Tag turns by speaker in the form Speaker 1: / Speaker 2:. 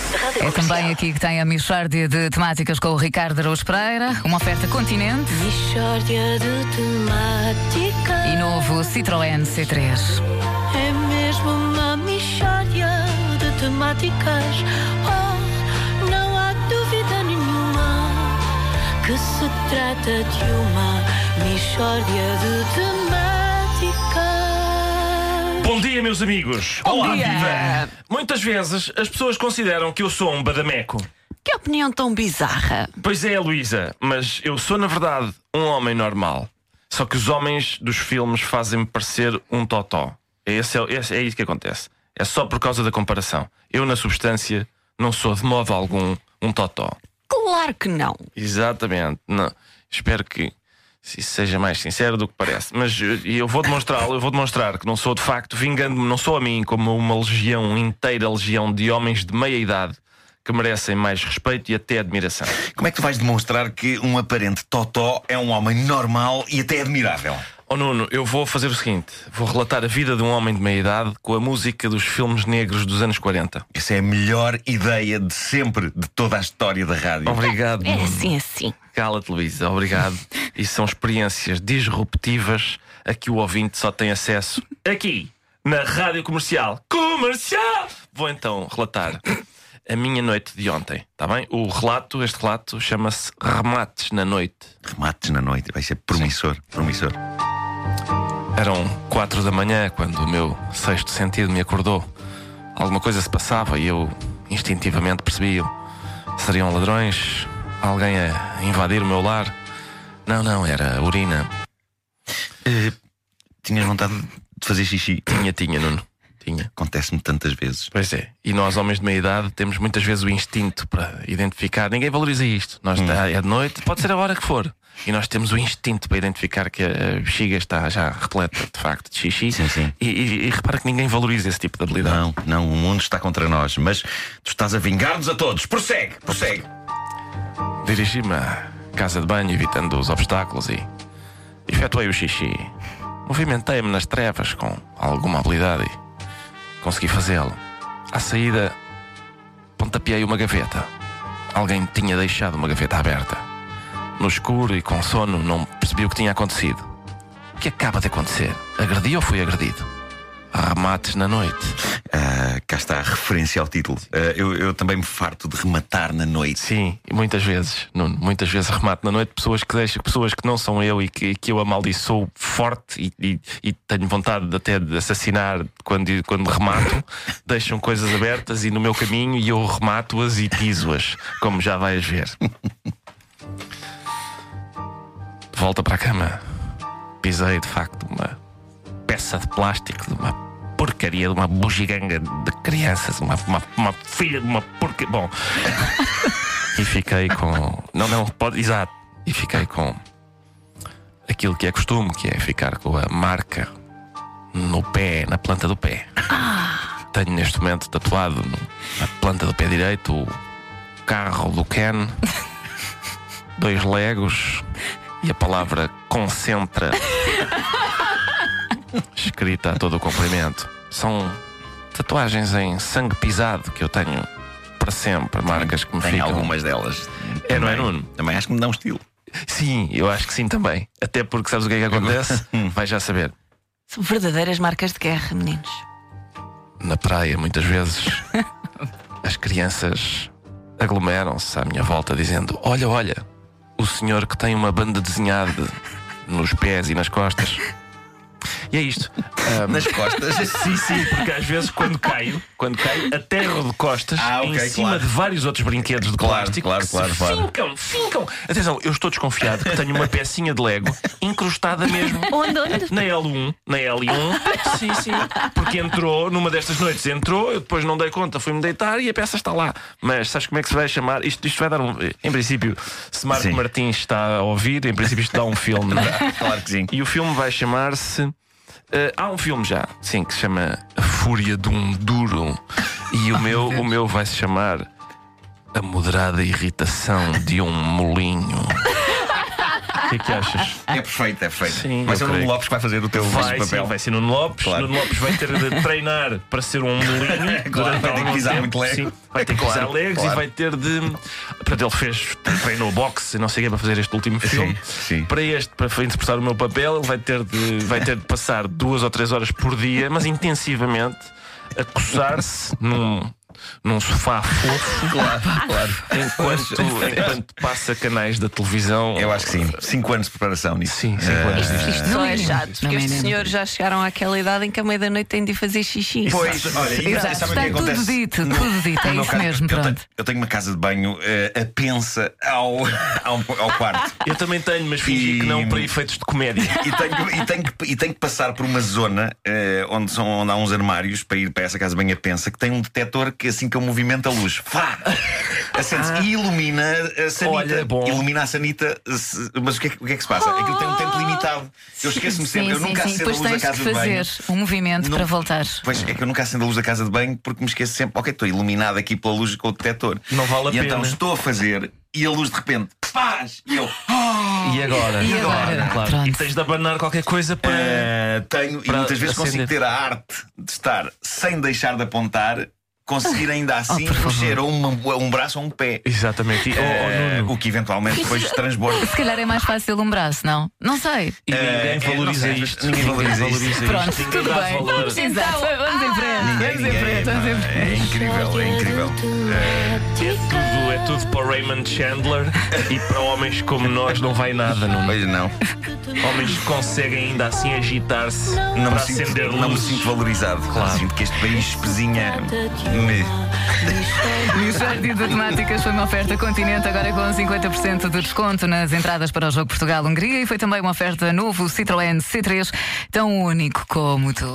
Speaker 1: É também aqui que tem a Michórdia de Temáticas com o Ricardo Araújo Pereira, uma oferta Continente
Speaker 2: Mixórdia de temática.
Speaker 1: e novo Citroën C3.
Speaker 2: É mesmo uma mixórdia de temáticas. Oh, não há dúvida nenhuma que se trata de uma mixórdia de temáticas.
Speaker 3: Bom dia, meus amigos.
Speaker 1: Bom
Speaker 3: Olá,
Speaker 1: dia.
Speaker 3: viva. Muitas vezes as pessoas consideram que eu sou um badameco.
Speaker 4: Que opinião tão bizarra.
Speaker 3: Pois é, Luísa, mas eu sou, na verdade, um homem normal. Só que os homens dos filmes fazem-me parecer um totó. Esse é, esse- é isso que acontece. É só por causa da comparação. Eu, na substância, não sou de modo algum um totó.
Speaker 4: Claro que não.
Speaker 3: Exatamente. Não. Espero que isso seja mais sincero do que parece. Mas eh, e eu vou demonstrá-lo, eu vou demonstrar que não sou de facto vingando-me, não sou a mim, como uma legião, inteira legião de homens de meia idade que merecem mais respeito e até admiração.
Speaker 5: Como é que tu vais demonstrar que um aparente Totó é um homem normal e até admirável?
Speaker 3: Oh Nuno, eu vou fazer o seguinte: vou relatar a vida de um homem de meia idade com a música dos filmes negros dos anos 40.
Speaker 5: Essa é a melhor ideia de sempre de toda a história da rádio.
Speaker 3: Obrigado,
Speaker 4: É
Speaker 2: Hum.
Speaker 3: Nuno.
Speaker 4: assim, assim.
Speaker 3: Cala-te, Luísa, obrigado. E são experiências disruptivas a que o ouvinte só tem acesso aqui, na Rádio Comercial. Comercial! Vou então relatar a minha noite de ontem, está bem? O relato, este relato, chama-se Remates na Noite.
Speaker 5: Remates na noite, vai ser promissor, promissor.
Speaker 3: Eram quatro da manhã quando o meu sexto sentido me acordou. Alguma coisa se passava e eu instintivamente percebi. Seriam ladrões? Alguém a invadir o meu lar? Não, não, era urina.
Speaker 5: Eh, tinhas vontade de fazer xixi?
Speaker 3: Tinha, tinha, Nuno. Tinha.
Speaker 5: Acontece-me tantas vezes.
Speaker 3: Pois é. E nós, homens de meia idade, temos muitas vezes o instinto para identificar. Ninguém valoriza isto. Nós
Speaker 5: Hum.
Speaker 3: tá- é de noite, pode ser a hora que for. E nós temos o instinto para identificar que a bexiga está já repleta, de facto, de xixi.
Speaker 5: Sim, sim.
Speaker 3: E, e- e repara que ninguém valoriza esse tipo de habilidade.
Speaker 5: Não, não, o mundo está contra nós, mas tu estás a vingar-nos a todos. Prossegue, prossegue.
Speaker 3: Dirigi-me à casa de banho, evitando os obstáculos e efetuei o xixi. Movimentei-me nas trevas com alguma habilidade e consegui fazê-lo. À saída, pontapeei uma gaveta. Alguém tinha deixado uma gaveta aberta. No escuro e com sono, não percebi o que tinha acontecido. O que acaba de acontecer? Agredi ou fui agredido? Há remates na noite.
Speaker 5: Ah, cá está a referência ao título. Ah, eu, eu também me farto de rematar na noite.
Speaker 3: Sim, e muitas vezes, Nuno, muitas vezes remato na noite pessoas que deixam, pessoas que não são eu e que, que eu amaldiçoo forte e, e- e tenho vontade de até de assassinar quando, quando remato, deixam coisas abertas e no meu caminho e eu remato-as e piso-as, como já vais ver. De volta para a cama, pisei de facto uma peça de plástico de uma porcaria, de uma bugiganga de crianças, uma, uma, uma filha de uma porcaria. Bom. E fiquei com. Não, não, pode. Exato. E fiquei com aquilo que é costume, que é ficar com a marca no pé, na planta do pé. Tenho neste momento tatuado no- na planta do pé direito o carro do Ken, dois legos e a palavra concentra escrita a todo o comprimento. São tatuagens em sangue pisado que eu tenho para sempre, marcas que me
Speaker 5: Tem
Speaker 3: ficam.
Speaker 5: algumas delas.
Speaker 3: É, não é,
Speaker 5: Também-
Speaker 3: Nuno?
Speaker 5: Também acho que me dá um estilo.
Speaker 3: Sim, eu acho que sim também. Até porque sabes o que é que acontece? Vais já saber.
Speaker 4: São verdadeiras marcas de guerra, meninos.
Speaker 3: Na praia, muitas vezes, as crianças aglomeram-se à minha volta dizendo: Olha, olha, o senhor que tem uma banda desenhada nos pés e nas costas. E é isto. Ahm,
Speaker 5: Nas costas.
Speaker 3: Sim, sim, porque às vezes quando caio, quando caio, aterro de costas
Speaker 5: Ah, ok,
Speaker 3: em cima
Speaker 5: claro.
Speaker 3: de vários outros brinquedos de
Speaker 5: Claro,
Speaker 3: plástico.
Speaker 5: claro,
Speaker 3: que se
Speaker 5: claro, claro.
Speaker 3: Fincam, fincam. Atenção, eu estou desconfiado que tenho uma pecinha de Lego encrustada mesmo.
Speaker 4: Onde, onde?
Speaker 3: Na L1, na L1, sim, sim, porque entrou numa destas noites, entrou, eu depois não dei conta, fui-me deitar e a peça está lá. Mas sabes como é que se vai chamar? Isto, isto vai dar um. Em princípio, se Marco
Speaker 5: Sim.
Speaker 3: Martins está a ouvir, em princípio isto dá um filme. não é?
Speaker 5: claro que sim.
Speaker 3: E o filme vai chamar-se. eh, há um filme já, sim, que se chama A Fúria de um Duro. E o meu, o meu vai se chamar A Moderada Irritação de um Molinho. que é que achas?
Speaker 5: É perfeito, é perfeito.
Speaker 3: Sim,
Speaker 5: Vai
Speaker 3: eu
Speaker 5: ser o Nuno
Speaker 3: creio.
Speaker 5: Lopes que vai fazer o teu
Speaker 3: Vai,
Speaker 5: papel.
Speaker 3: sim, vai ser Nuno Lopes.
Speaker 5: Claro.
Speaker 3: Nuno Lopes vai ter de treinar para ser um molinho. durante
Speaker 5: Claro, vai ter que
Speaker 3: algum
Speaker 5: pisar
Speaker 3: tempo.
Speaker 5: muito lego.
Speaker 3: Sim, vai ter que
Speaker 5: Claro,
Speaker 3: pisar legos
Speaker 5: claro.
Speaker 3: e vai ter de. Portanto, ele fez, treinou boxe e não sei o que para fazer este último filme.
Speaker 5: sim.
Speaker 3: Para este, para interpretar o meu papel, ele vai ter de, vai ter de passar duas ou três horas por dia, mas intensivamente, a coçar-se num, num sofá fofo.
Speaker 5: Claro, claro.
Speaker 3: Enquanto, enquanto passa canais da televisão.
Speaker 5: Eu acho que sim. Cinco anos de preparação nisso.
Speaker 3: Sim, cinco
Speaker 5: Eh,
Speaker 3: anos.
Speaker 4: Isto não é
Speaker 1: Não,
Speaker 4: chato, porque
Speaker 1: não,
Speaker 4: estes
Speaker 1: não.
Speaker 4: senhores já chegaram àquela idade em que a meia da noite têm de ir fazer xixi.
Speaker 5: Pois, olha, e
Speaker 1: Exato,
Speaker 5: sabe o
Speaker 1: está
Speaker 5: que
Speaker 1: tudo
Speaker 5: acontece?
Speaker 1: dito,
Speaker 5: No-
Speaker 1: tudo dito, é
Speaker 5: no meu
Speaker 1: isso
Speaker 5: caso,
Speaker 1: mesmo,
Speaker 5: eu tenho,
Speaker 1: pronto.
Speaker 5: eu tenho uma casa de banho eh, apensa ao, ao, ao quarto.
Speaker 3: Eu também tenho, mas fingi
Speaker 5: E-
Speaker 3: que não para efeitos de comédia.
Speaker 5: E tenho, e, tenho que, e tenho que passar por uma zona eh, onde, são, onde há uns armários para ir para essa casa de banho pensa que tem um detector que assim que eu movimento a luz, fá! Acende-se e ilumina a sanita.
Speaker 3: Ah. Olha, bom.
Speaker 5: Ilumina a sanita, se- mas o que, é, que- o que é que se passa? Aquilo tem um
Speaker 3: Oh!
Speaker 5: tempo limitado. Eu esqueço-me sempre, eu nunca acendo a
Speaker 1: Depois
Speaker 5: luz da
Speaker 1: tens
Speaker 5: casa
Speaker 1: que
Speaker 5: de banho.
Speaker 1: fazer um movimento
Speaker 5: Não-
Speaker 1: para voltar.
Speaker 5: Pois é que eu nunca acendo a luz da casa de banho porque me esqueço sempre, ok, estou iluminado aqui pela luz com o detector.
Speaker 3: Não vale a
Speaker 5: e Então
Speaker 3: pena.
Speaker 5: estou a fazer e a luz de repente faz! E eu
Speaker 3: E agora?
Speaker 1: E agora?
Speaker 3: Claro.
Speaker 1: Pronto.
Speaker 3: E tens de abanar qualquer coisa para.
Speaker 5: eh, tenho, e
Speaker 3: Para
Speaker 5: muitas vezes consigo
Speaker 3: acender.
Speaker 5: ter a arte de estar sem deixar de apontar, conseguir ainda assim
Speaker 1: por favor.
Speaker 5: mexer a uma- a um braço ou um pé.
Speaker 3: Exatamente. E, Ah, oh,
Speaker 5: Eh,
Speaker 3: oh, Nuno,
Speaker 5: o que eventualmente depois transborda.
Speaker 1: Se calhar é mais fácil um braço, não? Não sei.
Speaker 3: e ninguém
Speaker 5: eh,
Speaker 3: valoriza
Speaker 5: não sei,
Speaker 3: isto.
Speaker 5: ninguém valoriza isto.
Speaker 1: Pronto,
Speaker 3: Ninguém
Speaker 1: tudo
Speaker 3: dá
Speaker 1: bem.
Speaker 3: valor.
Speaker 1: Exato, vamos em frente. Vamos em frente, vamos em frente.
Speaker 5: é incrível, é incrível.
Speaker 3: Tudo- é tudo para o Raymond Chandler e para homens como nós não vai nada, Nuno.
Speaker 5: Pois não,
Speaker 3: Homens que conseguem ainda assim agitar-se
Speaker 5: não me,
Speaker 3: para
Speaker 5: sinto,
Speaker 3: acender
Speaker 5: não me
Speaker 3: luzes.
Speaker 5: sinto valorizado.
Speaker 3: Claro.
Speaker 5: Sinto que este país pezinha me.
Speaker 1: Jardim de Temáticas foi uma oferta continente, agora com 50% de desconto nas entradas para o Jogo Portugal-Hungria e foi também uma oferta novo Citroën C3, tão único como tu.